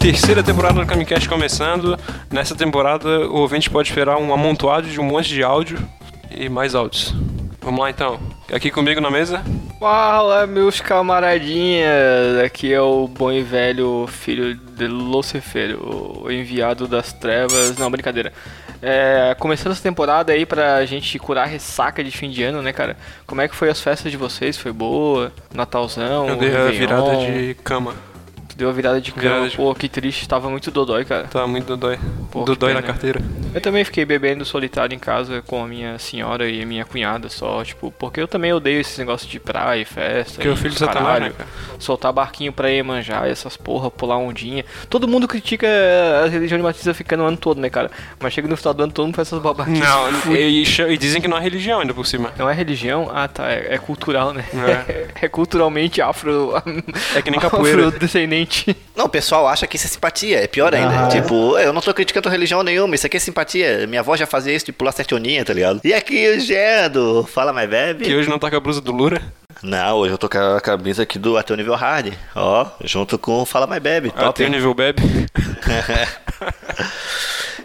terceira temporada do Camicast começando. Nessa temporada, o ouvinte pode esperar um amontoado de um monte de áudio e mais áudios. Vamos lá então. Aqui comigo na mesa, Fala, meus camaradinhas! Aqui é o bom e velho filho de Lucifer, o enviado das trevas. Não, brincadeira. É, começando essa temporada aí pra gente curar a ressaca de fim de ano, né, cara? Como é que foi as festas de vocês? Foi boa? Natalzão? eu dei a Réveillon? virada de cama. Tu Deu a virada de cama. Virada de- Pô, que triste. Tava muito dodói, cara. Tá muito dodói. Pô, dodói que na né? pena. carteira. Eu também fiquei bebendo solitário em casa com a minha senhora e a minha cunhada só, tipo, porque eu também odeio esses negócios de praia e festa. Porque e o filho de caralho. Satanás, né, cara? soltar barquinho pra ir manjar, essas porra, pular ondinha. Todo mundo critica a religião de matriz africana o ano todo, né, cara? Mas chega no final do ano, todo mundo faz essas babaquinhas. Não, e, e cha- e dizem que não é religião ainda por cima. Não é religião? Ah, tá. É, é cultural, né? É. É, culturalmente afro... É que nem capoeira. Afrodescendente. Não, o pessoal acha que isso é simpatia, é pior ainda. Tipo, eu não tô criticando religião nenhuma, isso aqui é simpatia. Minha avó já fazia isso de pular certioninha, tá ligado? E aqui o Gedo, fala mais bebe. Que hoje não tá com a blusa do Lura. Não, hoje eu tô com a camisa aqui do Até o Nível Hard, ó, junto com o Fala mais bebe, top. Até o nível bebe.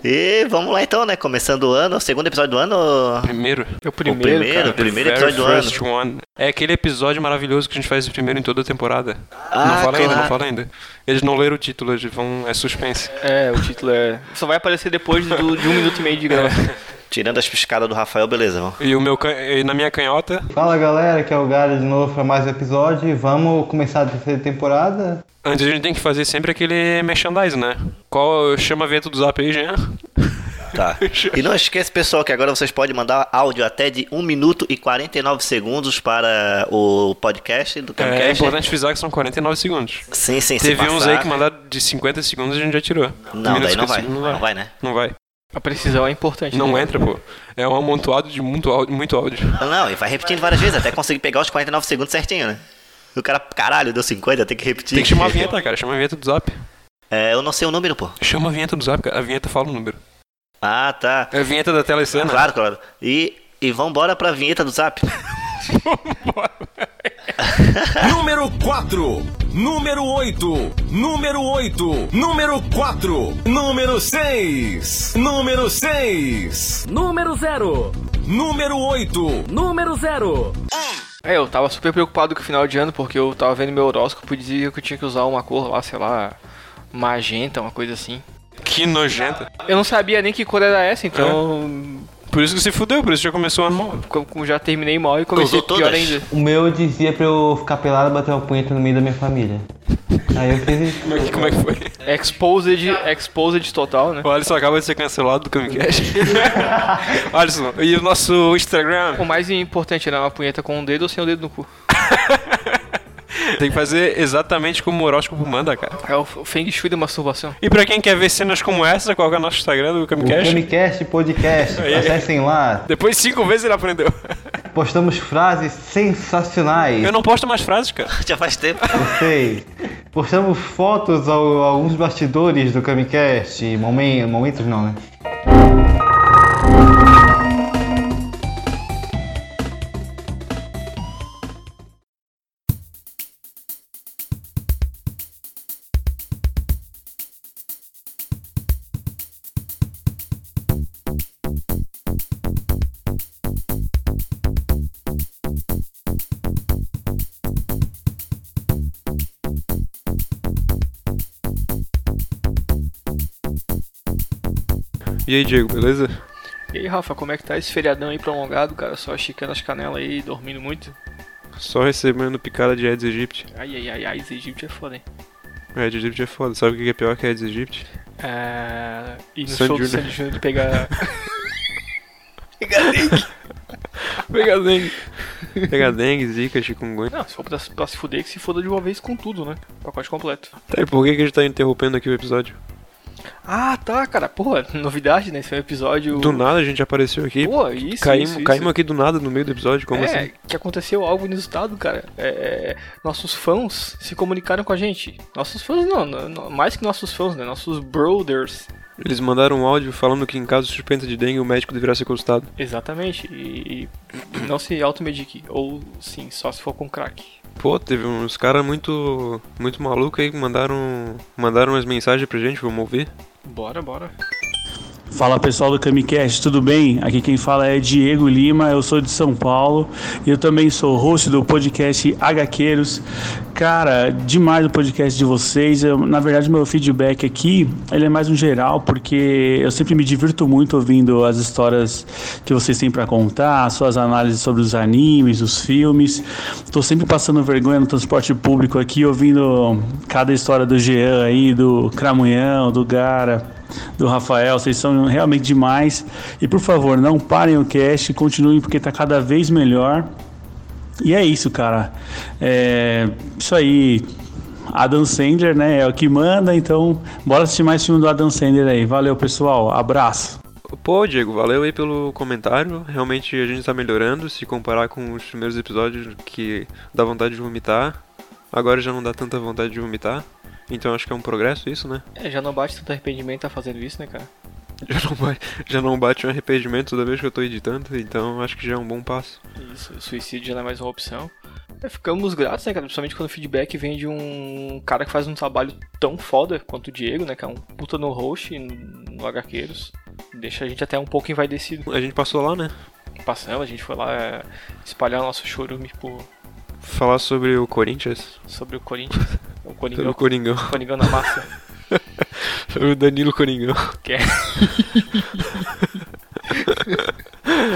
e vamos lá então, né, começando o ano, o segundo episódio do ano... Primeiro. É o primeiro, primeiro, cara. o primeiro The very episódio do ano. first one. É aquele episódio maravilhoso que a gente faz primeiro em toda a temporada. Ah, não fala ainda, não claro. fala ainda. Eles não leram o título, eles vão. É suspense. É, o título é... Só vai aparecer depois do- de um minuto e meio de gravação. Tirando as piscadas do Rafael, beleza, vamos. E o meu can- e na minha canhota. Fala galera, aqui é o Gara de novo para mais um episódio e vamos começar a terceira temporada. Antes a gente tem que fazer sempre aquele merchandising, né? Qual chama a vento do zap aí, Jean? Tá. E não esquece, pessoal, que agora vocês podem mandar áudio até de 1 minuto e 49 segundos para o podcast do Camcast. É, importante frisar que são 49 segundos. Sim, sim, se Teve uns passar- aí que mandaram de 50 segundos e a gente já tirou. Não, daí 50 não vai. segundos Não vai, né? Não vai. A precisão é importante. né, Não cara? entra, pô. É um amontoado de muito áudio. Muito áudio. Não, e vai repetindo várias vezes até conseguir pegar os 49 segundos certinho, né? O cara, caralho, deu 50, tem que repetir. Tem que chamar a vinheta, cara. Chama a vinheta do zap. É, eu não sei o número, pô. Chama a vinheta do zap, cara. A vinheta fala o número. Ah, tá. É a vinheta da telecena. Claro, claro. E, e vambora pra vinheta do zap. Número 4, número 8, número 8, número 4, número 6, número 6, Número 0. número 8, Número 0. É, eu tava super preocupado com o final de ano, porque eu tava vendo meu horóscopo e dizia que eu tinha que usar uma cor lá, sei lá, magenta, uma coisa assim. Que nojenta. Eu não sabia nem que cor era essa, então Por isso que se fudeu, por isso já começou a mal. co- co- já terminei mal e comecei Usou pior todas? ainda. O meu dizia pra eu ficar pelado e bater uma punheta no meio da minha família. Aí eu fiz isso. Como é que, como é que foi? Exposed, exposed total, né? O Alisson acaba de ser cancelado do Camicast. Alisson, e o nosso Instagram? O mais importante era uma punheta com um dedo ou sem o dedo no cu. Tem que fazer exatamente como o horóscopo manda, cara. É o f- o Feng Shui da masturbação. E pra quem quer ver cenas como essa, qual que é o nosso Instagram do O Camicast? Camicast Podcast, Aí. acessem lá. Depois de cinco vezes ele aprendeu. Postamos frases sensacionais. Eu não posto mais frases, cara. Já faz tempo. Vocês. Postamos fotos ao, alguns bastidores do Camicast. Momen- momentos não, né? E aí, Diego, beleza? E aí, Rafa, como é que tá esse feriadão aí prolongado, cara? Só esticando as canelas aí, dormindo muito? Só recebendo picada de Aedes aegypti. Ai, ai, ai, ai, esse Egito é foda, hein? Aedes aegypti é foda. Sabe o que é pior que Aedes aegypti? É... E no Sandy show do Júnior. Sandy Júnior pegar... Pegar dengue. Pegar dengue, zika, chikungunya. Não, se for pra, pra se fuder, que se foda de uma vez com tudo, né? Pacote completo. Tá, e por que que a gente tá interrompendo aqui o episódio? Ah, tá, cara. Porra, novidade, né? Esse é um episódio... Do nada a gente apareceu aqui. Pô, isso, caímos isso, isso. caímos aqui do nada no meio do episódio, como é, assim? que aconteceu algo inusitado, cara. É, é, nossos fãs se comunicaram com a gente. Nossos fãs não, não, não, mais que nossos fãs, né? Nossos brothers Eles mandaram um áudio falando que em caso de suspeita de dengue o médico deverá ser consultado. Exatamente. E, e não se automedique. Ou sim, só se for com crack. Pô, teve uns caras muito muito maluco aí que mandaram mandaram umas mensagens pra gente, vamos ouvir. Bora, bora. Fala pessoal do Camicast, tudo bem? Aqui quem fala é Diego Lima, eu sou de São Paulo e eu também sou host do podcast HQueiros. Cara, demais o podcast de vocês. Eu, na verdade, meu feedback aqui ele é mais um geral, porque eu sempre me divirto muito ouvindo as histórias que vocês têm para contar, as suas análises sobre os animes, os filmes. Tô sempre passando vergonha no transporte público aqui, ouvindo cada história do Jean aí, do Cramunhão, do Gara do Rafael, vocês são realmente demais. E por favor, não parem o cast, continuem porque tá cada vez melhor. E é isso, cara. É isso aí. Adam Sandler, né? É o que manda, então bora assistir mais filme do Adam Sandler aí. Valeu, pessoal. Abraço. Pô, Diego, valeu aí pelo comentário. Realmente a gente tá melhorando. Se comparar com os primeiros episódios que dá vontade de vomitar, agora já não dá tanta vontade de vomitar. Então acho que é um progresso isso, né? É, já não bate tanto arrependimento tá fazendo isso, né, cara? Já não bate, já não bate um arrependimento toda vez que eu tô editando, então acho que já é um bom passo. Isso, o suicídio já não é mais uma opção. É, ficamos gratos, né, cara? Principalmente quando o feedback vem de um cara que faz um trabalho tão foda quanto o Diego, né, cara? Um puta no host, e no HQueiros. Deixa a gente até um pouco envaidecido. A gente passou lá, né? Passamos, a gente foi lá é, espalhar o nosso chorume por, Falar sobre o Corinthians, sobre o Corinthians. O Coringão, pelo Coringão. Coringão na massa. O Danilo Coringão. Que é...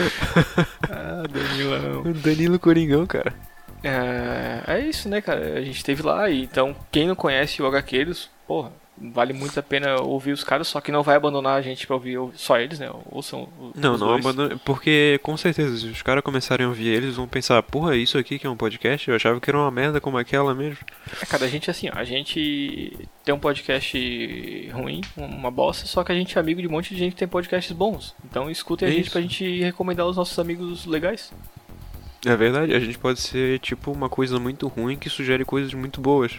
ah, Danilão. O Danilo Coringão, cara. É, é isso, né, cara? A gente teve lá, e então quem não conhece o Hqueiros, porra, vale muito a pena ouvir os caras, só que não vai abandonar a gente pra ouvir só eles, né? Ouçam o- Não, os não dois. abandona. Porque com certeza, se os caras começarem a ouvir eles, vão pensar, porra, isso aqui que é um podcast? Eu achava que era uma merda como aquela mesmo. É, cara, a gente assim, ó, a gente tem um podcast ruim, uma bosta, só que a gente é amigo de um monte de gente que tem podcasts bons. Então escutem a É gente isso. pra gente recomendar os nossos amigos legais. É verdade, a gente pode ser tipo uma coisa muito ruim que sugere coisas muito boas.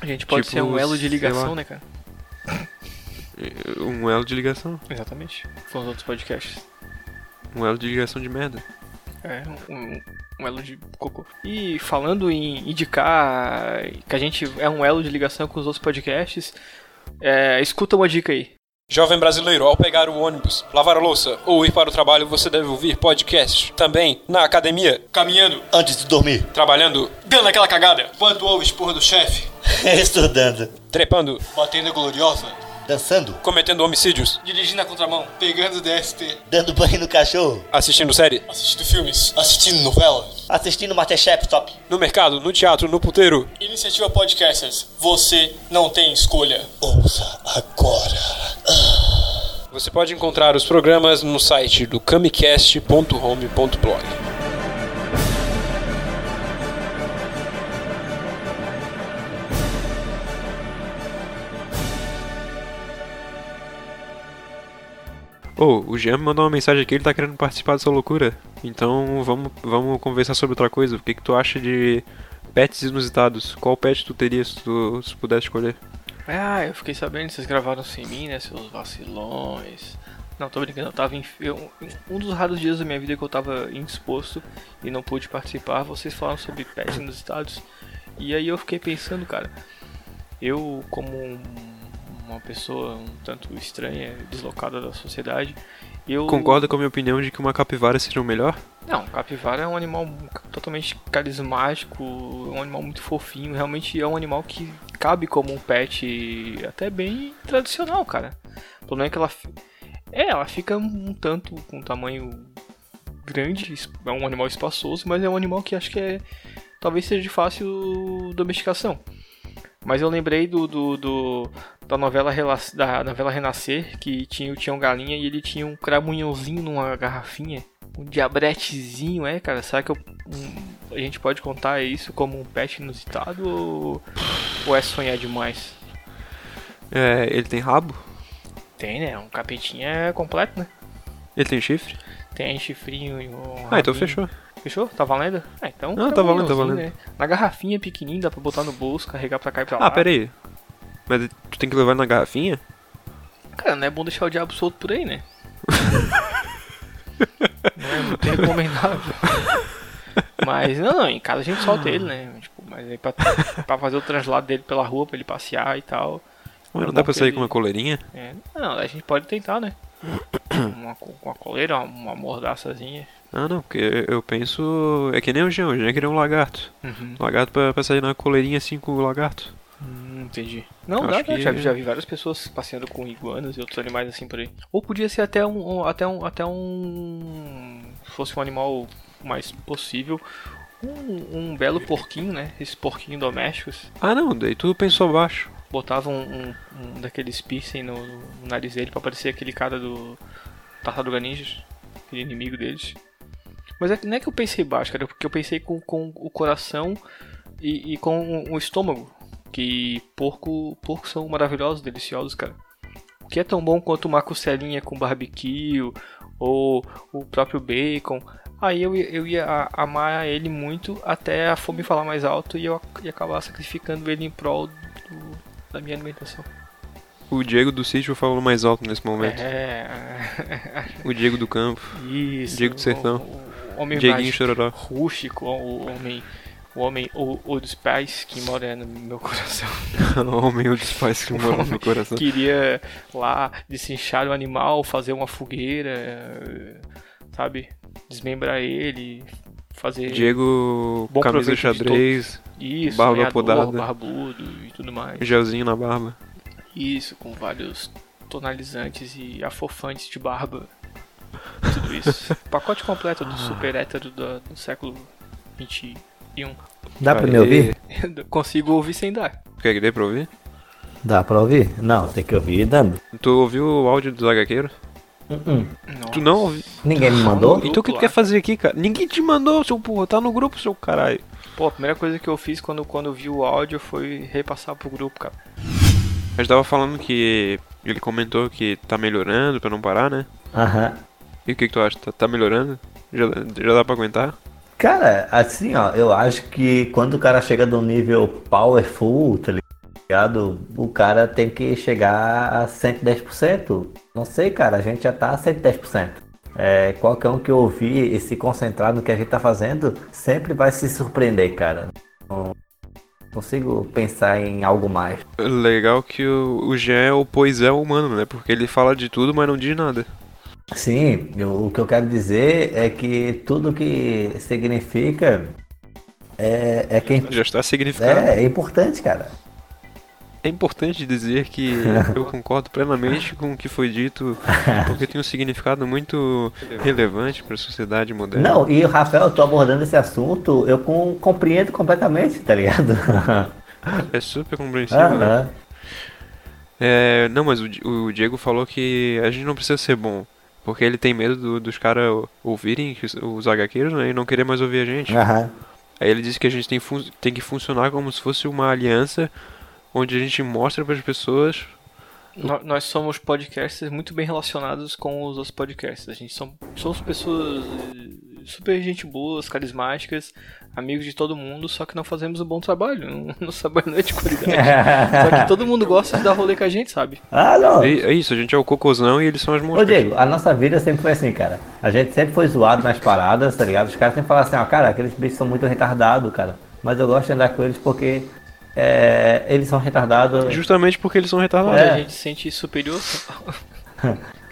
A gente pode Tipo, ser um elo de sei ligação, lá. né, cara? E- Um elo de ligação. Exatamente. Com os outros podcasts. Um elo de ligação de merda. É, um, um elo de cocô. E falando em indicar que a gente é um elo de ligação com os outros podcasts, é, escuta uma dica aí. Jovem brasileiro, ao pegar o ônibus, lavar a louça ou ir para o trabalho, você deve ouvir podcast. Também na academia, caminhando, Antes de dormir, trabalhando, dando aquela cagada, quando ao expor do chefe, estudando, trepando, Batendo gloriosa, dançando, cometendo homicídios, dirigindo a contramão, pegando DST, dando banho no cachorro, assistindo série, assistindo filmes, assistindo novela. assistindo Masterchef Top. no mercado, no teatro, no puteiro. Iniciativa Podcasters, você não tem escolha. Ouça agora. Você pode encontrar os programas no site do camicast.home.blog. Ô, o Jean me mandou uma mensagem aqui, ele tá querendo participar dessa loucura. Então vamos, vamos conversar sobre outra coisa. O que, que tu acha de pets inusitados? Qual pet tu teria se tu se pudesse escolher? Ah, eu fiquei sabendo, vocês gravaram sem mim, né, seus vacilões. Não, tô brincando, eu tava em, eu- um dos raros dias da minha vida que eu tava indisposto e não pude participar, vocês falaram sobre pet nos estados. E aí eu fiquei pensando, cara, eu como um- uma pessoa um tanto estranha, deslocada da sociedade, eu Concorda com a minha opinião de que uma capivara seria o melhor? não, capivara é um animal totalmente carismático, um animal muito fofinho, realmente é um animal que cabe como um pet até bem tradicional, cara. O problema é que ela. fi- É, ela fica um tanto com um tamanho grande, es- é um animal espaçoso, mas é um animal que acho que é. talvez seja de fácil domesticação. Mas eu lembrei do, do- do- da, novela Rela- da novela Renascer, que tinha o Tião Galinha e ele tinha um cramunhãozinho numa garrafinha um diabretezinho, é, cara? Será que eu- um- a gente pode contar isso como um pet inusitado ou, ou é sonhar demais? É, ele tem rabo? Tem, né? Um capetinha completo, né? Ele tem chifre? Tem chifrinho e um Ah, então rabinho. fechou. Fechou? Tá valendo? Ah, então. Não, tá valendo, tá caminhãozinho, né? Na garrafinha pequenininha, dá pra botar no bolso, carregar pra cá e pra lá. Ah, peraí. Mas tu tem que levar na garrafinha? Cara, não é bom deixar o diabo solto por aí, né? não é muito recomendável. Mas, não, não, em casa a gente solta ele, né? Tipo, mas aí pra, pra fazer o translado dele pela rua, pra ele passear e tal. Ué, É não dá bom pra que sair ele- com uma coleirinha? É, não, a gente pode tentar, né? Uma, co- uma coleira, uma mordaçazinha. Ah, não, porque eu penso. É que nem o Jean, o Jean queria um lagarto. Lagarto pra, pra sair na coleirinha assim com o lagarto. Hum, entendi. Não, Acho dá, dá, que- é. já, já vi várias pessoas passeando com iguanas e outros animais assim por aí. Ou podia ser até um, um- até um, até um, se fosse um animal mais possível, um, um belo porquinho, né? Esses porquinhos domésticos. Ah, não, daí tu pensou baixo. Botava um, um- um daqueles piercing no, no nariz dele pra parecer aquele cara do Tartaruga Ninja, aquele inimigo deles. Mas é que- não é que eu pensei baixo, cara, porque eu pensei com, com o coração e, e com o estômago. Que porco, porcos são maravilhosos, deliciosos, cara. O que é tão bom quanto uma costelinha com barbecue ou o próprio bacon. Aí eu, ia- eu ia a- amar ele muito até a fome falar mais alto e eu ac- ia acabar sacrificando ele em prol do- da minha alimentação. O Diego do sítio falou mais alto nesse momento. É. O Diego do campo. Isso. Diego do Sertão. O, o homem Dieguinho mais Chororó. rústico, o homem. O homem, o, o dos pais que mora no meu coração. Homem ou desfaz que mora no meu coração. Queria lá desinchar o animal, fazer uma fogueira, sabe? Desmembrar ele, fazer. Diego, Bom camisa de proveito de xadrez, Isso, Barba lenhador, podada. barbudo e tudo mais. gelzinho na barba. Isso, com vários tonalizantes e afofantes de barba. Tudo isso. Pacote completo Ah. do super hétero do, do século XXI. Dá pra me Aê. ouvir? Consigo ouvir sem dar. Quer que dê pra ouvir? Dá pra ouvir? Não, tem que ouvir dando. Tu ouviu o áudio dos HQeiros? Tu não ouviu? Ninguém me mandou? Grupo Então o que tu lá. quer fazer aqui, cara? Ninguém te mandou, seu porra. Tá no grupo, seu caralho. Pô, a primeira coisa que eu fiz quando, quando eu vi o áudio foi repassar pro grupo, cara. A gente tava falando que ele comentou que tá melhorando pra não parar, né? Aham. E o que, que tu acha? Tá, tá melhorando? Já, já dá pra aguentar? Cara, assim, ó, eu acho que quando o cara chega de um nível powerful, tá ligado? O cara tem que chegar a 110%. Não sei, cara, a gente já tá a 110%. É, qualquer um que ouvir e se concentrar no que a gente tá fazendo, sempre vai se surpreender, cara. Não consigo pensar em algo mais. Legal que o, o Jean é o pois é humano, né? Porque ele fala de tudo, mas não diz nada. Sim, eu- o que eu quero dizer é que tudo que significa é, é quem Já está significando. é, é importante, cara. É importante dizer que eu concordo plenamente com o que foi dito, porque tem um significado muito relevante para a sociedade É. moderna. Não, e Rafael, eu tô abordando esse assunto, eu com- compreendo completamente, tá ligado? É super compreensível. né? Aham. É, não, mas o, Di- o Diego falou que a gente não precisa ser bom, porque ele tem medo do- dos caras ouvirem os, os HQs né, e não querer mais ouvir a gente. Aham. Aí ele disse que a gente tem, fun- tem que funcionar como se fosse uma aliança onde a gente mostra para as pessoas. No- nós somos podcasters muito bem relacionados com os outros podcasts. A gente são, somos pessoas eh, super gente boas, carismáticas, amigos de todo mundo, só que não fazemos um bom trabalho. Não, não sabemos nada de qualidade. só que todo mundo gosta de dar rolê com a gente, sabe? Ah, não. E- é isso, a gente é o cocôzão e eles são as Ô, moscas. Diego, a nossa vida sempre foi assim, cara. A gente sempre foi zoado nas paradas, tá ligado? Os caras sempre falavam assim, ó, cara, aqueles bichos são muito retardados, cara. Mas eu gosto de andar com eles porque é, eles são retardados. Justamente porque eles são retardados. Quando É. a gente se sente superior,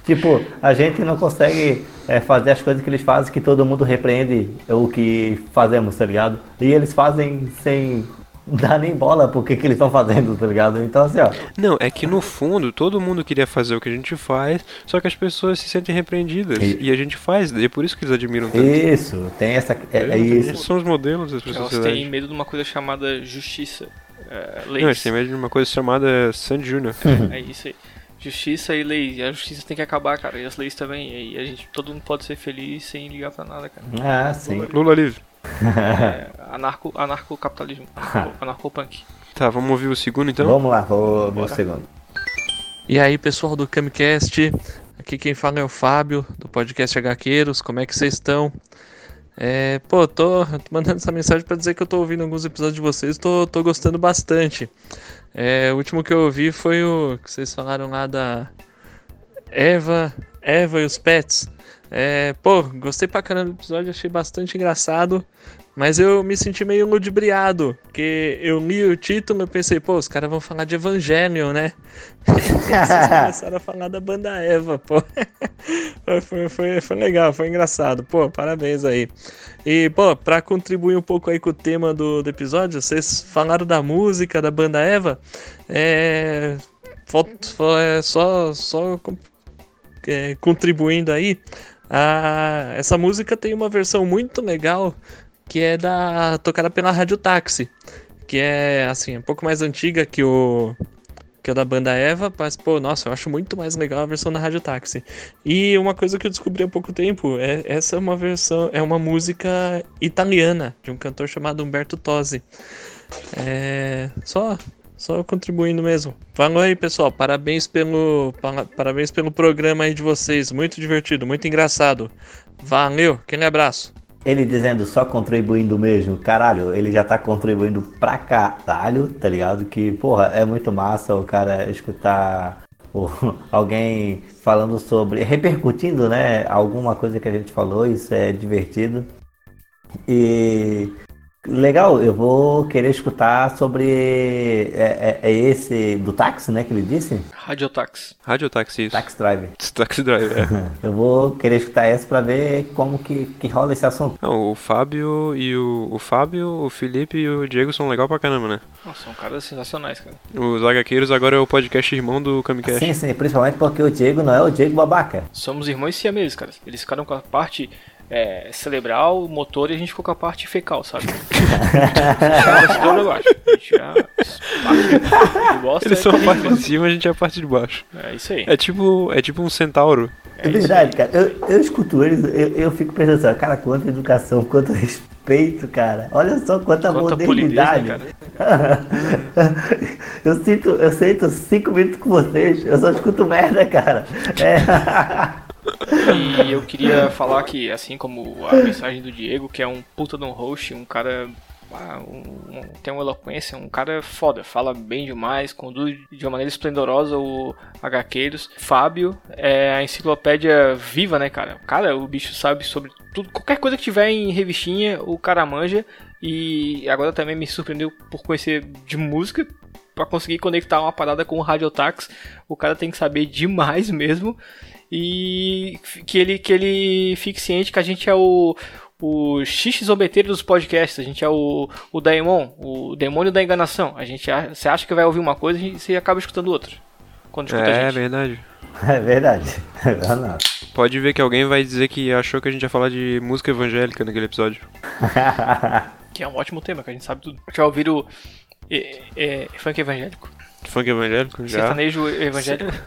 Tipo, a gente não consegue é, fazer as coisas que eles fazem, que todo mundo repreende o que fazemos, tá ligado? E eles fazem sem dar nem bola pro que, que eles estão fazendo, tá ligado? Então, assim, ó. Não, é que no fundo todo mundo queria fazer o que a gente faz, só que as pessoas se sentem repreendidas. E, E- a gente faz, e é por isso que eles admiram tanto. Isso, tem essa. É, é Eles isso. são os modelos da elas sociedade. têm medo de uma coisa chamada justiça. eh, leis. Não, é eles têm medo de uma coisa chamada Sandy Jr. Uhum. É isso aí. Justiça e leis. E a justiça tem que acabar, cara. E as leis também. E a gente, todo mundo pode ser feliz sem ligar pra nada, cara. Ah, sim. Lula livre. É, anarco, anarcocapitalismo. Anarcopunk. Tá, vamos ouvir o segundo então? Vamos lá, vou, vou um Tá. segundo. E aí, pessoal do Camcast, aqui quem fala é o Fábio, do podcast HQueiros, como é que vocês estão? É, pô, tô, tô mandando essa mensagem pra dizer que eu tô ouvindo alguns episódios de vocês, tô, tô gostando bastante. É, o último que eu ouvi foi o que vocês falaram lá da, Eva, Eva e os Pets. É, pô, gostei pra caramba do episódio, achei bastante engraçado, mas eu me senti meio ludibriado, porque eu li o título e pensei, pô, os caras vão falar de Evangelho, né? Vocês começaram a falar da banda Eva, pô. foi, foi, foi legal, foi engraçado. Pô, parabéns aí. E, pô, pra contribuir um pouco aí com o tema do, do episódio, vocês falaram da música da banda Eva. É. fo- fo- é, Só, só com- é, contribuindo aí, a- essa música tem uma versão muito legal que é da tocada pela Rádio Táxi, que é assim, um pouco mais antiga que o que é da banda Eva, mas pô, nossa, eu acho muito mais legal a versão da Rádio Táxi. E uma coisa que eu descobri há pouco tempo, é essa é uma versão, é uma música italiana de um cantor chamado Umberto Tosi. É, só só contribuindo mesmo. Falou aí, pessoal. Parabéns pelo pala- parabéns pelo programa aí de vocês, muito divertido, muito engraçado. Valeu, aquele abraço. Ele dizendo só contribuindo mesmo, caralho, ele já tá contribuindo pra caralho, tá ligado? Que, porra, é muito massa o cara escutar o- alguém falando sobre, repercutindo, né, alguma coisa que a gente falou, isso é divertido. E legal, eu vou querer escutar sobre é, é- é esse do táxi, né, que ele disse? Radiotax. Radiotaxi, é isso. Taxi Drive. Taxi Drive, é. Eu vou querer escutar essa pra ver como que, que rola esse assunto. Não, o Fábio e o, o Fábio, o Felipe e o Diego são legal pra caramba, né? Nossa, são caras sensacionais, cara. Os HQs agora é o podcast irmão do Camicast. Sim, sim, principalmente porque o Diego não é o Diego babaca. Somos irmãos siameses, cara. Eles ficaram com a parte é, cerebral, motor e a gente ficou com a parte fecal, sabe? Cara, esse é o negócio. A gente já- parte de bosta Eles é são a que parte gente- de cima, a gente é a parte de baixo. É isso aí. É tipo, é tipo um centauro. É verdade, cara. Eu, eu escuto eles, eu, eu fico pensando assim, cara, quanta educação, quanto respeito, cara. Olha só quanta, Quanta polidez, né, modernidade. eu sinto, eu sinto cinco minutos com vocês, eu só escuto merda, cara. É. E eu queria falar que, assim como a mensagem do Diego, que é um puta de um host, um cara. ah, um- um- tem uma eloquência, um cara foda, fala bem demais, conduz de uma maneira esplendorosa o HQeiros. Fábio é a enciclopédia viva, né, cara? O Cara, o bicho sabe sobre tudo, qualquer coisa que tiver em revistinha, o cara manja. E agora também me surpreendeu por conhecer de música. Pra conseguir conectar uma parada com o Radiotax, o cara tem que saber demais mesmo e f- que ele, que ele fique ciente que a gente é o, o xixobeteiro dos podcasts, a gente é o, o daemon, o demônio da enganação. A gente, a- você acha que vai ouvir uma coisa e você acaba escutando outra. Quando escuta a É, gente. verdade. É verdade. É verdade. Pode ver que alguém vai dizer que achou que a gente ia falar de música evangélica naquele episódio. Que é um ótimo tema, que a gente sabe tudo. Já ouviram é, é, funk evangélico? Funk evangélico? Já. Sertanejo evangélico? Se-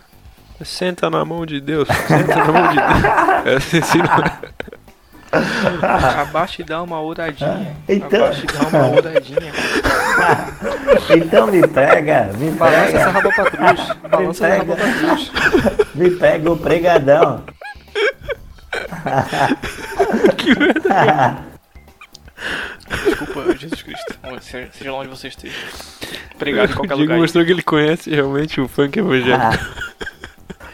Senta na mão de Deus. Senta na mão de Deus. É assim, assim, não- Abaixa e dá uma Ah, ouradinha. então- Abaixa e dá uma ouradinha. Então me pega, me Balança essa pega, raba pra cruz. Balança essa raba pra cruz. me pega o pregadão. Desculpa, Jesus Cristo. Seja seja lá onde você esteja. Obrigado em qualquer o Diego lugar. mostrou que ele conhece realmente o funk evangélico.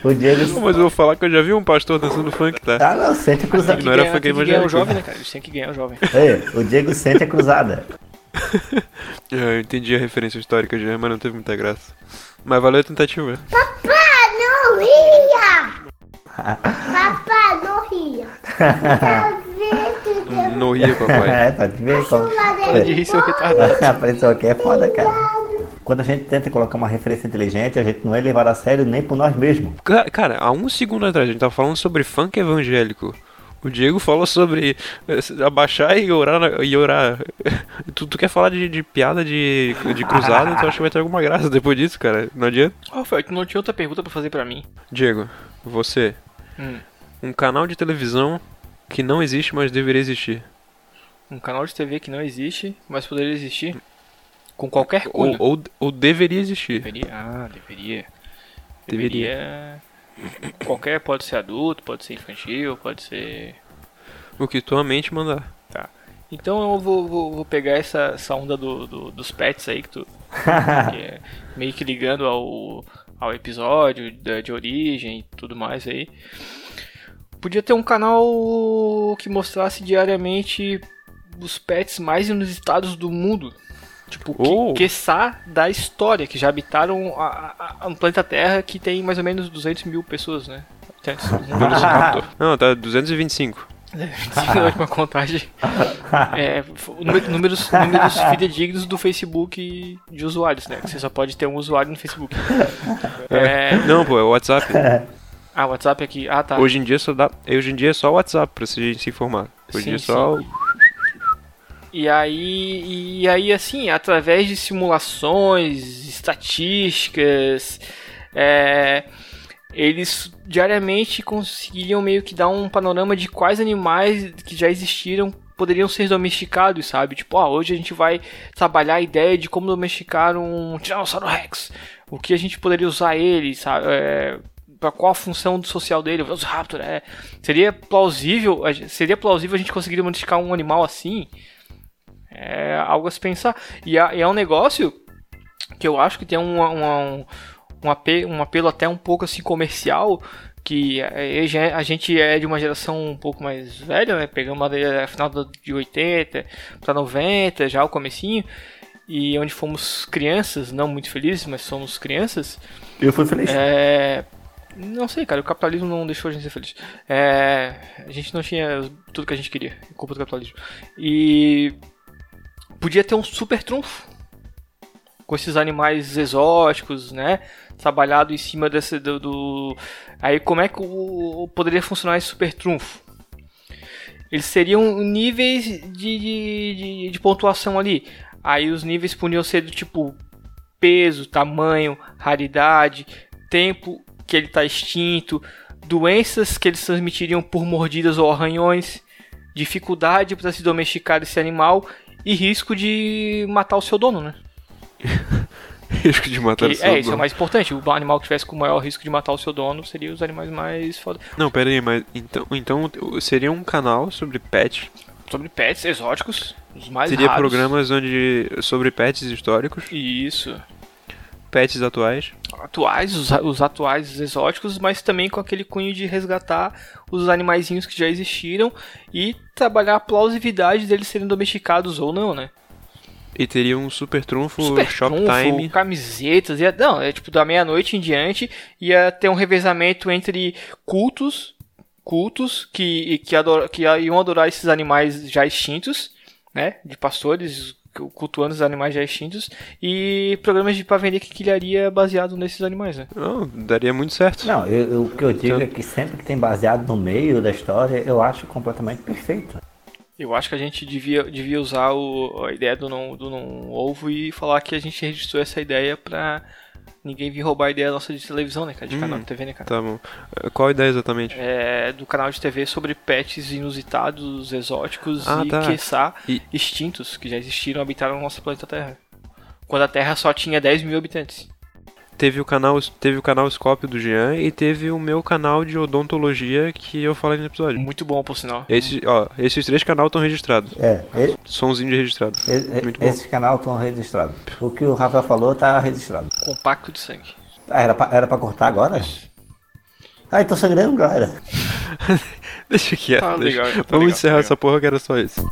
O Diego. Não, mas eu vou falar que eu já vi um pastor dançando funk, tá? Ah, não, sente a cruzada. Não era funk tem que ganhar o evangélico. jovem, né, cara? Eles têm que ganhar o jovem. Ei, o Diego sente a cruzada. É, Eu entendi a referência histórica já, mas não teve muita graça. Mas valeu a tentativa. Papá, não ria! Papá, não ria! Tá vendo que eu Não ria, papai. É, tá de ver então. só. Pode rir, seu retardado. A pressão aqui é foda, cara. Quando a gente tenta colocar uma referência inteligente, a gente não é levado a sério nem por nós mesmos. Ca- Cara, há um segundo atrás a gente tava falando sobre funk evangélico. O Diego falou sobre eh, se- abaixar e orar. na- E orar. Tu, tu quer falar de, de piada de, de cruzada, tu acha que vai ter alguma graça depois disso, cara? Não adianta. Rafael, tu não tinha outra pergunta pra fazer pra mim? Diego, você, Hum, um canal de televisão que não existe, mas deveria existir. um canal de TV que não existe, mas poderia existir? Com qualquer Ou, cunho. ou, ou deveria existir. Deveria. Ah, deveria. Deveria. Deveria. Qualquer, pode ser adulto, pode ser infantil, pode ser. O que tua mente mandar. Tá. Então eu vou, vou, vou pegar essa, essa onda do, do- dos pets aí que tu. que é meio que ligando ao, ao episódio de, de origem e tudo mais aí. Podia ter um canal que mostrasse diariamente os pets mais inusitados do mundo. Tipo, Oh. que, quiçá da história, que já habitaram a, a- a- um planeta Terra que tem mais ou menos 200 mil pessoas, né? Habitantes do mundo. Não, tá 225. Sim, na última contagem. É, f- número- números, números fidedignos do Facebook de usuários, né? Que Você só pode ter um usuário no Facebook. É, Não, pô, é o WhatsApp. Ah, WhatsApp aqui. Ah, tá. Hoje em dia só dá. Hoje em dia é só o WhatsApp pra se, se informar. Hoje em Sim, dia é só sim. o- E aí, e aí, assim, através de simulações, estatísticas, é, eles diariamente conseguiriam meio que dar um panorama de quais animais que já existiram poderiam ser domesticados, sabe? Tipo, ó, hoje a gente vai trabalhar a ideia de como domesticar um Tiranossauro Rex. O que a gente poderia usar ele, sabe? É, para qual a função social dele, os Raptor, é. Seria plausível, a gen- seria plausível a gente conseguir modificar um animal assim? É algo a se pensar. E é, e é um negócio que eu acho que tem um, um, um, ape- um apelo até um pouco assim comercial, que é, já é- a gente é de uma geração um pouco mais velha, né? Pegamos ali a final do- de 80 para 90, já o comecinho, e onde fomos crianças, não muito felizes, mas somos crianças. Eu fui feliz. É, Não sei, cara, o capitalismo não deixou a gente ser feliz. É, a gente não tinha tudo que a gente queria, culpa do capitalismo. E podia ter um super trunfo com esses animais exóticos, né? Trabalhado em cima desse do, do- aí como é que o, poderia funcionar esse super trunfo? Eles seriam níveis de, de, de- de pontuação ali. Aí os níveis podiam ser do tipo peso, tamanho, raridade, tempo que ele está extinto, doenças que eles transmitiriam por mordidas ou arranhões, dificuldade para se domesticar esse animal e risco de matar o seu dono, né? risco de matar Que- o seu é, isso é dono. o mais importante. O animal que tivesse com o maior risco de matar o seu dono seria os animais mais foda. Não, pera aí, mas então, então o- seria um canal sobre pet. Sobre pets exóticos, os mais Seria raros. programas onde sobre pets históricos, Isso. pets atuais. Atuais, os, os atuais exóticos, mas também com aquele cunho de resgatar os animaizinhos que já existiram e trabalhar a plausibilidade deles serem domesticados ou não, né? E teria um super trunfo, Super shop trunfo, time. camisetas, ia, não, é tipo da meia-noite em diante, ia ter um revezamento entre cultos, cultos que, que, adora, que iam adorar esses animais já extintos, né, de pastores cultuando os animais já extintos, e programas de pra vender quinquilharia baseado nesses animais, né. Não, daria muito certo. Não, eu- eu- o que eu digo é que sempre que tem baseado no meio da história, eu acho completamente perfeito. Eu acho que a gente devia, devia usar o- a ideia do não, do não ovo e falar que a gente registrou essa ideia pra ninguém vir roubar a ideia nossa de televisão, né, cara, de canal Hum, de TV, né, cara. Tá bom. Qual a ideia exatamente? é, do canal de TV sobre pets inusitados, exóticos Ah, e, tá. quiçá, E- extintos, que já existiram e habitaram o nosso planeta Terra. Quando a Terra só tinha 10 mil habitantes. Teve o canal, teve o canal Scópio do Jean e teve o meu canal de odontologia que eu falei no episódio. Muito bom, por sinal. Esse, ó, esses três canais estão registrados. É, e- Sonzinho de registrado. E- Muito e- bom. Esses canais estão registrados. O que o Rafa falou tá registrado. Compacto de sangue. Ah, era pra, era pra cortar agora? Ai, tô sangrando, galera. Deixa quieto. Tá deixa. legal, tá Vamos legal, encerrar tá essa porra que era só isso.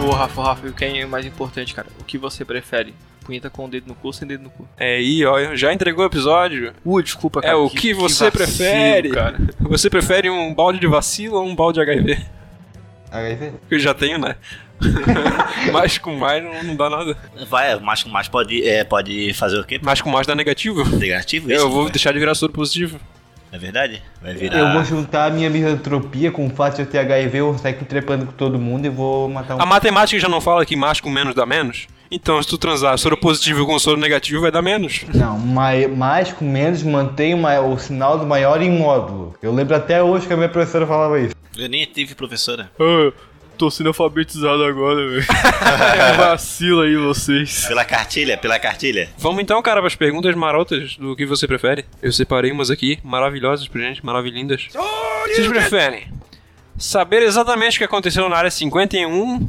Ô, Rafa, Rafa, o que é mais importante, cara? O que você prefere? Punheta com o dedo no cu ou sem dedo no cu? É aí, ó, já entregou o episódio. Uh, desculpa, É cara, o que, que- que você vacilo, prefere? cara. Você prefere um balde de vacilo ou um balde de HIV? HIV? Eu já tenho, né? mais com mais não, não dá nada. Vai, mais com mais pode, é, pode fazer o quê? Mais com mais dá negativo? Negativo, isso? Eu vou né? vai. deixar de virar soro positivo. É verdade? Vai virar. Eu vou juntar a minha misantropia com o fato de eu ter HIV, eu vou sair trepando com todo mundo e vou matar um. Ah. A matemática já não fala que mais com menos dá menos? Então, se tu transar soro positivo com soro negativo, vai dar menos. Não, mais, mais com menos mantém o mai- o sinal do maior em módulo. Eu lembro até hoje que a minha professora falava isso. Eu nem tive é professora. Ah, tô sendo alfabetizado agora, velho. Vacila aí vocês. Pela cartilha, pela cartilha. Vamos então, cara, para as perguntas marotas do que você prefere. Eu separei umas aqui, maravilhosas pra gente, maravilhindas. Vocês preferem saber exatamente o que aconteceu na área 51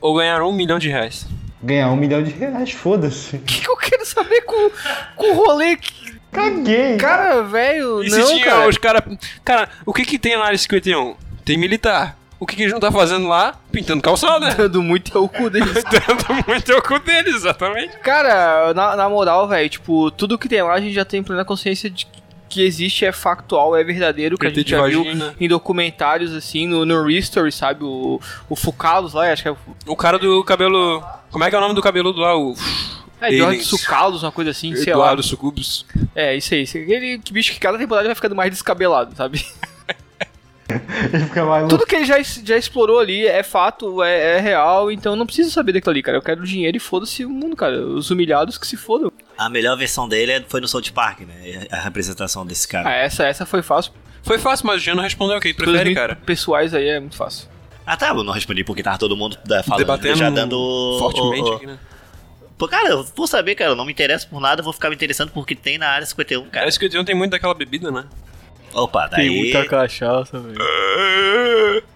ou ganhar um milhão de reais? Ganhar um milhão de reais, foda-se. O que, que eu quero saber com, com o rolê que... Caguei. Cara, velho, E não, se tinha cara. os cara... Cara, o que que tem na área 51? Tem militar. O que que eles não tá fazendo lá? Pintando calçada. Dando muito é o cu deles. Dando muito é o cu deles, exatamente. Cara, na, na moral, velho, tipo, tudo que tem lá a gente já tem plena consciência de que existe, é factual, é verdadeiro, que a PT gente de já viu vagina. em documentários, assim, no, no Restory, sabe? O, o Fucalos lá, acho que é... O cara do cabelo... Como é que é o nome do cabeludo lá? O... É, George Aliens. Sucalos, uma coisa assim, sei lá. Eduardo Sucubus. É, isso aí. Aquele bicho que cada temporada vai ficando mais descabelado, sabe? Ele fica mais louco. Tudo que ele já, es- já explorou ali é fato, é, é real, então não precisa saber daquilo ali, cara. Eu quero dinheiro e foda-se o mundo, cara. Os humilhados que se fodam. A melhor versão dele é- foi no South Park, né? A representação desse É. cara. Ah, essa, essa foi fácil. Foi fácil, mas o Jean não respondeu o que ele prefere, cara. Pessoais aí é muito fácil. Ah, tá, eu não respondi porque tava todo mundo da- falando. Debatendo eu já dando. o- fortemente o- aqui, né? Pô, cara, eu vou saber, cara, eu não me interesso por nada, eu vou ficar me interessando por que tem na área 51, cara. Cara, esse 51 tem muito daquela bebida, né? Opa, daí. cachaça, velho.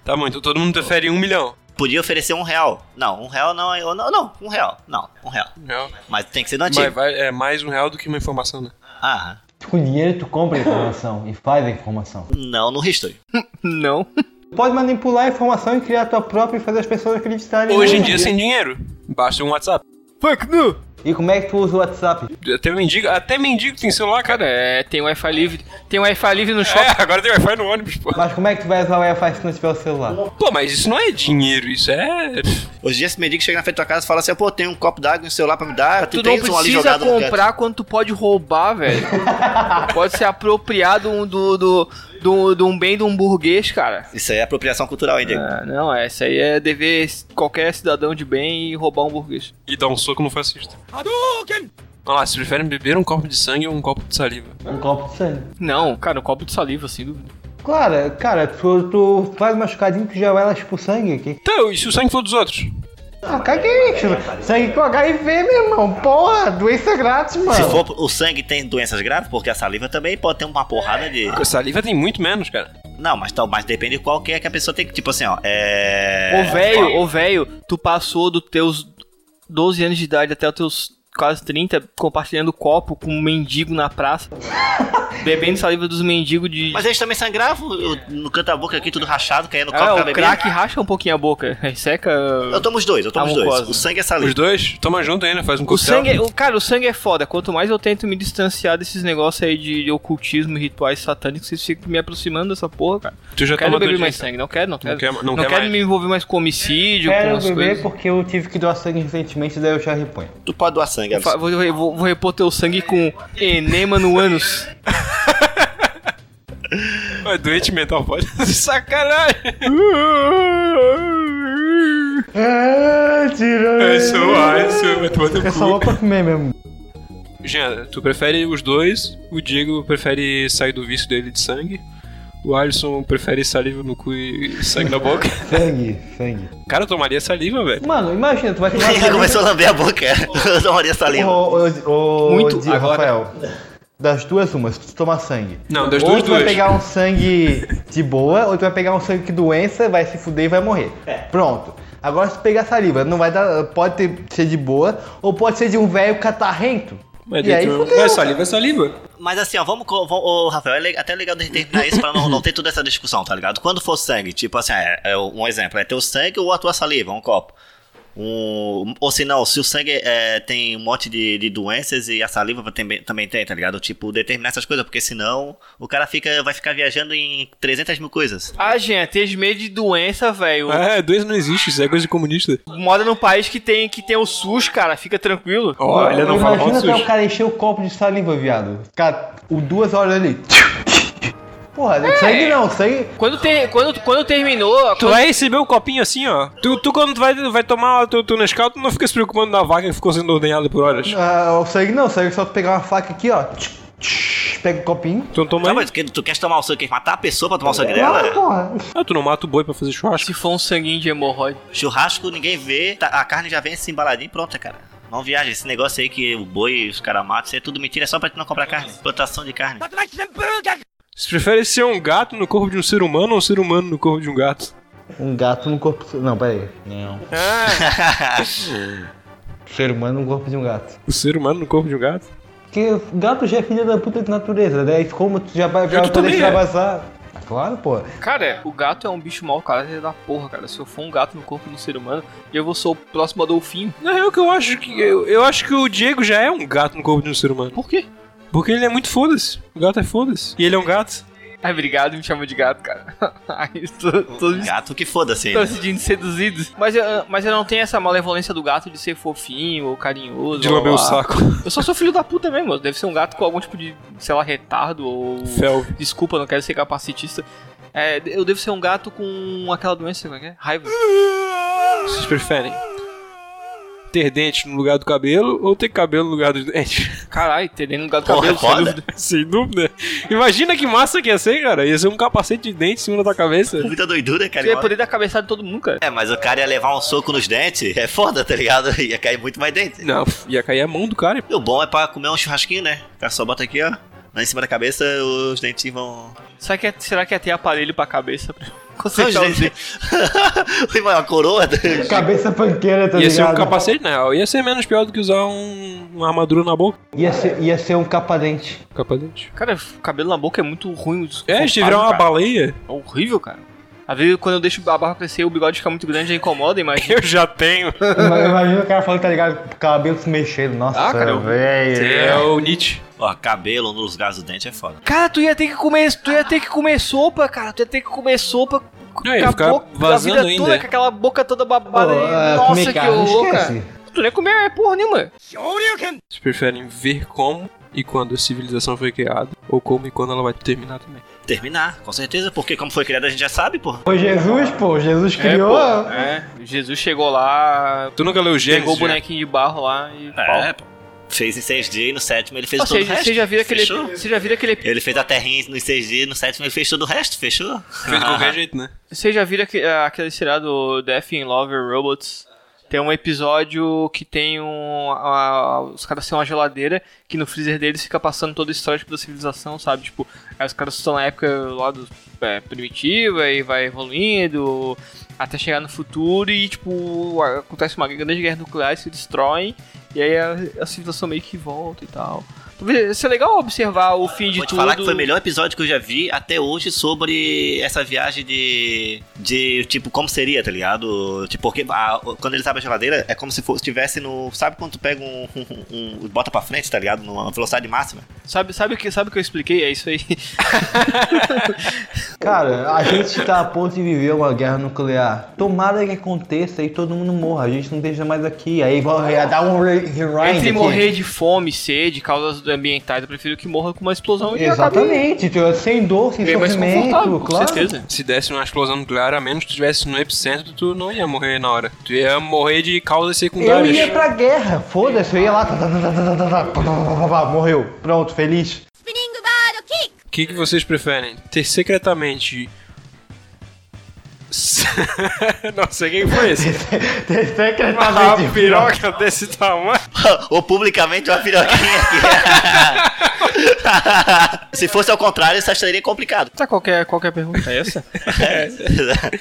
Tá bom, então todo mundo prefere um milhão. Podia oferecer um real. Não, um real não, eu, não, não, um real. Não, um real. Real. Mas tem que ser no antigo. Mas vai- é mais um real do que uma informação, né? Ah, Com dinheiro tu compra a informação e faz a informação. não, no history. Não. Pode manipular a informação e criar a tua própria e fazer as pessoas acreditarem. Hoje em dia, sem dinheiro, basta um WhatsApp. Fuck no! E como é que tu usa o WhatsApp? Até mendigo, até mendigo tem celular, cara. Cara, é, tem Wi-Fi livre. Tem Wi-Fi livre no shopping. É, agora tem Wi-Fi no ônibus, pô. Mas como é que tu vai usar o Wi-Fi se não tiver o celular? Pô, mas isso não é dinheiro, isso é. Hoje em dia, esse mendigo chega na frente da tua casa e fala assim: pô, tem um copo d'água e um celular pra me dar, tu, Tu não tens um ali precisa jogado no canto. comprar quanto tu pode roubar, velho. pode se apropriar de um, do, do, do, de um bem de um burguês, cara. Isso aí é apropriação cultural, hein, Diego? Ah, não, é, isso aí é dever qualquer cidadão de bem e roubar um burguês. E dá um soco no fascista. Olha lá, se preferem beber um copo de sangue ou um copo de saliva? Um copo de sangue. Não, cara, um copo de saliva, sem dúvida. Claro, cara, tu, tu faz um machucadinho que já vai lá pro sangue aqui. Então, e se o sangue for dos outros? Ah, é, caguei, tio. Sangue com HIV, meu irmão. Porra, doença grátis, É. mano. Se for o sangue tem doenças graves, porque a saliva também pode ter uma porrada É. de. Porque saliva tem muito menos, cara. Não, mas, tal, mas depende de qual que é que a pessoa tem que. Tipo assim, ó. É. Ô, velho, ô, velho, tu passou dos teus 12 anos de idade até os teus quase 30 compartilhando copo com um mendigo na praça. bebendo saliva dos mendigos de... Mas eles também sangravam eu- no canto da boca aqui, tudo rachado, caindo no copo Ah, pra o beber. crack racha um pouquinho a boca, seca... Eu tomo os dois, eu tomo A os dois. mucosa. O sangue é Os saliva. dois, toma junto ainda, faz um O coquetel. sangue, o, cara, o sangue é foda. Quanto mais eu tento me distanciar desses negócios aí de, de ocultismo e rituais satânicos, vocês ficam me aproximando dessa porra, cara. Tu já não quero tomou beber todinho, mais então. sangue, não quero, não quero. quer- não não quer quero mais. me envolver mais com homicídio, com Quero as beber coisas. porque eu tive que doar sangue recentemente, daí eu já reponho. Tu pode doar sangue, Fa- Alisson. Vou, vou- vou repor teu sangue com enema no ânus. É doente mental, pode. Sacanagem! Ah, tirou. É isso, é isso, vai tomar teu É só cu. louco pra comer mesmo. Jean, tu prefere os dois, o Diego prefere sair do vício dele de sangue, o Alisson prefere saliva no cu e sangue na boca. Sangue, sangue. Cara, eu tomaria saliva, velho. Mano, imagina, tu vai tomar Ele começou a lamber a boca. Eu tomaria saliva. Ô, ô, ô, Muito Di- agora. Rafael, das duas uma, se tu tomar sangue. Não, das ou duas, tu vai duas. pegar um sangue de boa, ou tu vai pegar um sangue que doença, vai se fuder e vai morrer. É. Pronto. Agora se tu pegar saliva, não vai dar. Pode ter, ser de boa, ou pode ser de um velho catarrento. Mas e aí dentro- fudeu. Mas saliva é saliva. Mas assim, ó, vamos. co- vamos ô, Rafael, é le- até legal de gente terminar isso pra não, não ter toda essa discussão, tá ligado? Quando for sangue, tipo assim, é, é um exemplo, é teu sangue ou a tua saliva, um copo. Um, ou se não, se o sangue é, tem um monte de, de doenças e a saliva também, também tem, tá ligado? Tipo, determinar essas coisas, porque senão o cara fica, vai ficar viajando em 300 mil coisas. Ah, gente, tem medo de doença, velho. Ah, dois não existe, isso é coisa de comunista. Mora num país que tem, que tem o SUS, cara, fica tranquilo. Olha, não fala mal do Imagina até SUS. o cara encher o copo de saliva, viado. Cara, o duas horas ali. Porra, sangue não, sangue. Quando, tem, quando, quando terminou, Tu vai receber o copinho assim, ó. Tu, tu quando tu vai, vai tomar o teu, teu Nescau, tu não fica se preocupando da vaca que ficou sendo ordenhada por horas. Ah, o sangue não, sangue é só tu pegar uma faca aqui, ó. pega o copinho. Tu Tá, toma mas que- tu queres tomar o sangue, quer matar a pessoa pra tomar o É sangue dela? Ah, porra. Ah, tu não mata o boi pra fazer churrasco? Se for um sanguinho de hemorroide. Churrasco ninguém vê, tá- a carne já vem assim embaladinha e pronta, cara. Não viaja, esse negócio aí que o boi, os caras matam, isso é tudo mentira, é só pra tu não comprar carne. Plantação de carne. Você prefere ser um gato no corpo de um ser humano ou um ser humano no corpo de um gato? Um gato no corpo. Não, peraí. Não. Ser humano no corpo de um gato. O ser humano no corpo de um gato? Porque gato já é filho da puta de natureza, né? E como tu já vai já Gato poder também já é. vazar. Ah, Claro, pô. Cara, o gato é um bicho mau caráter da porra, cara. Se eu for um gato no corpo de um ser humano, eu vou ser o próximo Adolfinho. Na real que eu acho que. Eu, eu acho que o Diego já é um gato no corpo de um ser humano. Por quê? Porque ele é muito foda-se. O gato é foda-se. E ele é um gato. Ai, Ah, obrigado, me chama de gato, cara. Ai, tô, tô me Gato que foda-se. Tô né? se sentindo seduzido. Mas, eu- mas eu não tenho essa malevolência do gato de ser fofinho ou carinhoso. De blá, lamber blá. o saco. Eu só sou filho da puta mesmo. Deve ser um gato com algum tipo de, sei lá, retardo ou. Felve. Desculpa, não quero ser capacitista. É, eu devo ser um gato com aquela doença, como é que é? Raiva. Vocês preferem ter dente no lugar do cabelo ou ter cabelo no lugar dos dentes? Caralho, ter dente no lugar do é cabelo, sem dúvida. Sem dúvida. Imagina que massa que ia ser, cara. Ia ser um capacete de dente em cima da tua cabeça. Muita doidura, cara. Você ia poder dar cabeçada de todo mundo, cara. É, mas o cara ia levar um soco nos dentes, é foda, tá ligado? Ia cair muito mais dente. Não, ia cair a mão do cara. E o bom é pra comer um churrasquinho, né? O cara só bota aqui, ó. Lá em cima da cabeça, os dentinhos vão. Será que, é, será que é ter aparelho pra cabeça pra Os consertar os dentes? dentes. Foi uma coroa. Cabeça panqueira, tá ia ser ligado? um capacete, não. Ia ser menos pior do que usar um, uma armadura na boca. Ia ser, ia ser um capadente. Capacete. Cara, cabelo na boca é muito ruim. É, se tiver uma cara. baleia. É horrível, cara. Às vezes, quando eu deixo a barba crescer, o bigode fica muito grande, já incomoda, imagina. Eu já tenho. Ima- Imagina o cara falando, tá ligado? Cabelo se mexendo. Nossa, é Ah, cara, eu- é velho. É o Nietzsche. Ó, cabelo nos lugares do dente é foda. Cara, tu ia ter que comer, tu ia ter que comer sopa, cara. Tu ia ter que comer sopa com É, ia a ficar boca- a vazando vida ainda. toda, com aquela boca toda babada. Pô, aí. ah, comer Nossa, que carne, horror, cara. esquece. Tu nem comer porra nenhuma. Vocês preferem ver como e quando a civilização foi criada ou como e quando ela vai terminar também. Terminar, com certeza, porque como foi criado a gente já sabe, pô. Foi Jesus, pô. Jesus criou. É, pô, é. Jesus chegou lá, Tu nunca leu Gênesis? pegou o já? bonequinho de barro lá e. É, pô. Fez em seis dias e no sétimo ele fez Ou todo o seja, resto. você já viu aquele. Fechou? Você já viu aquele. Ele fez a terrinha nos seis dias, no sétimo ele fez todo o resto, fechou? Fez de qualquer jeito, né? Vocês já viram aque- ah, aquele seriado do Death in Love and Robots? Tem um episódio que tem um. a- os caras têm uma geladeira que no freezer deles fica passando toda a história tipo, da civilização, sabe? Tipo, aí os caras estão na época lá do, é, primitiva e vai evoluindo até chegar no futuro e, tipo, a- acontece uma grande guerra nuclear e se destroem e aí a, a civilização meio que volta e tal. Talvez isso é legal observar o fim de Vou te tudo. falar que foi o melhor episódio que eu já vi até hoje sobre essa viagem de. de tipo, como seria, tá ligado? Tipo, porque a- quando eles abrem a geladeira é como se fosse estivesse no. Sabe quando tu pega um, um- um- bota pra frente, tá ligado? Numa velocidade máxima? Sabe, sabe, o que, sabe o que eu expliquei? É isso aí. Cara, a gente tá a ponto de viver uma guerra nuclear. Tomara que aconteça e todo mundo morra. A gente não esteja mais aqui. Aí vai vai dar um re- rewind. Entre aqui. morrer de fome, sede, causas ambientais, eu prefiro que morra com uma explosão e Exatamente, tu- sem dor, acabe sem bem é mais confortável, sofrimento, com Ah. claro. certeza. Se desse uma explosão nuclear, a menos que tu estivesse no epicentro, tu não ia morrer na hora. Tu ia morrer de causas Eu secundárias. ia pra guerra, foda-se, eu ia lá. tá, tá, tá, tá, tá, tá, pá, pá, pá, pá, pá, Morreu, pronto, feliz. O que, que vocês preferem? Ter secretamente. não sei quem foi esse. Uma Secretamente. piroca desse tamanho. Ou publicamente uma piroquinha aqui. Se fosse ao contrário, isso seria complicado. Tá qualquer, qualquer pergunta é essa? É.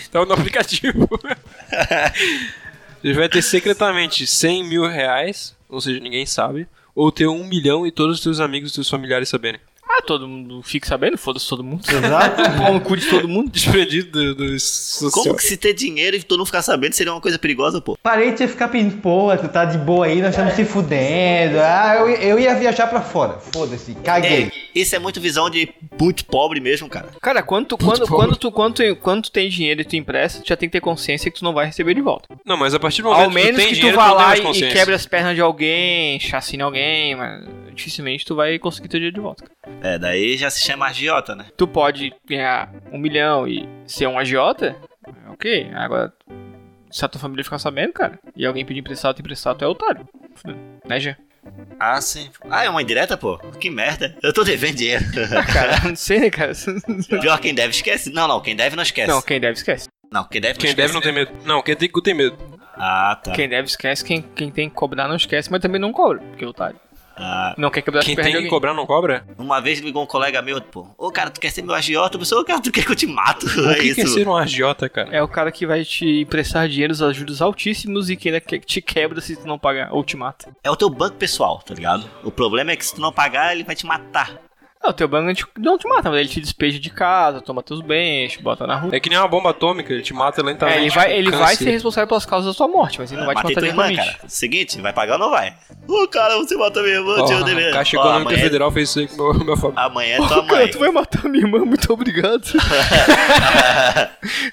Então no aplicativo. Você vai ter secretamente 100 mil reais, ou seja, ninguém sabe, ou ter um milhão e todos os teus amigos e teus familiares saberem. ah, todo mundo fica sabendo, foda-se todo mundo. Exato. Pau no cu de todo mundo. Desprendido do, do social. Como que se ter dinheiro e tu não ficar sabendo seria uma coisa perigosa, pô? Parente ia ficar pedindo, pô, tu tá de boa aí, nós estamos se fudendo. Ah, eu, eu ia viajar pra fora, foda-se, É, caguei. isso é muito visão de muito pobre mesmo, cara. Cara, quando tu, quando, quando, tu, quando, tu, quando tu tem dinheiro e tu empresta, tu já tem que ter consciência que tu não vai receber de volta. Não, mas a partir do momento Ao menos que tu tem que tu dinheiro, vá não tem lá mais e, e consciência. quebre as pernas de alguém, chacine alguém, mas dificilmente tu vai conseguir teu dinheiro de volta. É, daí já se chama agiota, né? tu pode ganhar um milhão e ser um agiota, ok. Agora, se a tua família ficar sabendo, cara, e alguém pedir emprestado, tu emprestar, tu é otário. Fudeu. é Né, Jean? Ah, sim. Ah, é uma indireta, pô? Que merda. Eu tô devendo dinheiro. Cara, não sei, né, cara? Pior, quem deve esquece. Não, não, quem deve não esquece. Não, quem deve esquece. Não, quem deve não Quem esquece. deve não tem medo. Não, quem tem que tem medo. Ah, tá. Quem deve esquece, quem, quem tem que cobrar não esquece, mas também não cobra, porque é otário. Ah, Não quer quebrar Quem tem que cobrar não cobra? Uma vez ligou um colega meu, pô, ô cara, tu quer ser meu agiota? Eu pensei, ô cara, tu quer que eu te mato? é que isso. que é ser um agiota, cara? É o cara que vai te emprestar dinheiros ajudos altíssimos e que ainda que- te quebra se tu não pagar ou te mata. É o teu banco pessoal, tá ligado? O problema é que se tu não pagar, ele vai te matar. Ah, o teu banco te- não te mata, mas ele te despeja de casa, toma teus bens, te bota na rua. É que nem uma bomba atômica, ele te mata lentamente. É, ele vai, ele com vai câncer. ser responsável pelas causas da sua morte, mas ele não vai te Matei matar tua irmã, diretamente. cara. Seguinte, vai pagar ou não vai? Ô cara, você matou minha irmã, Ó, tio o dever. cara chegou Ó, na MP amanhã- Federal fez isso aí com meu, meu família. Amanhã é tua Ô, cara, mãe. tu vai matar minha irmã, muito obrigado.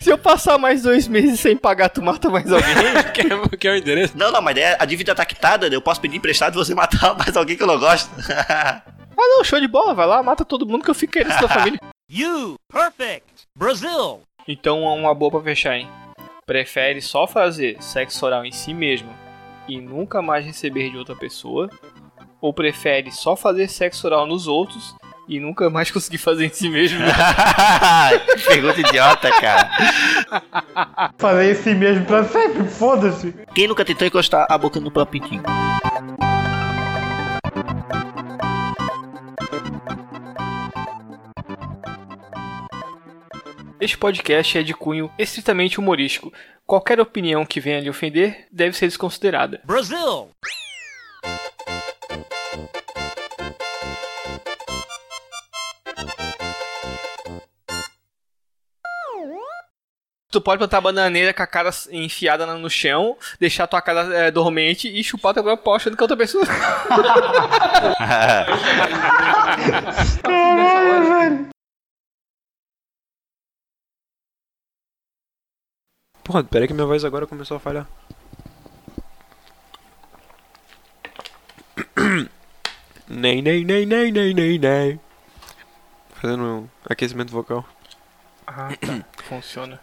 Se eu passar mais dois meses sem pagar, tu mata mais alguém? quer, quer o endereço? Não, não, mas daí a dívida tá quitada, eu posso pedir emprestado e você matar mais alguém que eu não gosto. Ah não, show de bola, vai lá, mata todo mundo que eu fico querendo da família. You, perfect, Brazil. Então é uma boa pra fechar, hein? Prefere só fazer sexo oral em si mesmo e nunca mais receber de outra pessoa? Ou prefere só fazer sexo oral nos outros e nunca mais conseguir fazer em si mesmo? Pergunta idiota, cara. Falei assim mesmo pra sempre, foda-se. Quem nunca tentou encostar a boca no próprio pintinho? este podcast é de cunho estritamente humorístico. Qualquer opinião que venha lhe ofender deve ser desconsiderada. Brazil. Tu pode plantar a bananeira com a cara enfiada no chão, deixar tua cara eh, dormente e chupar teu próprio pau achando que é outra pessoa. Caralho, velho. Porra, peraí que minha voz agora começou a falhar. Nem, nem, nem, nem, nem, nem, nem. Fazendo um aquecimento vocal. Ah, tá. Funciona.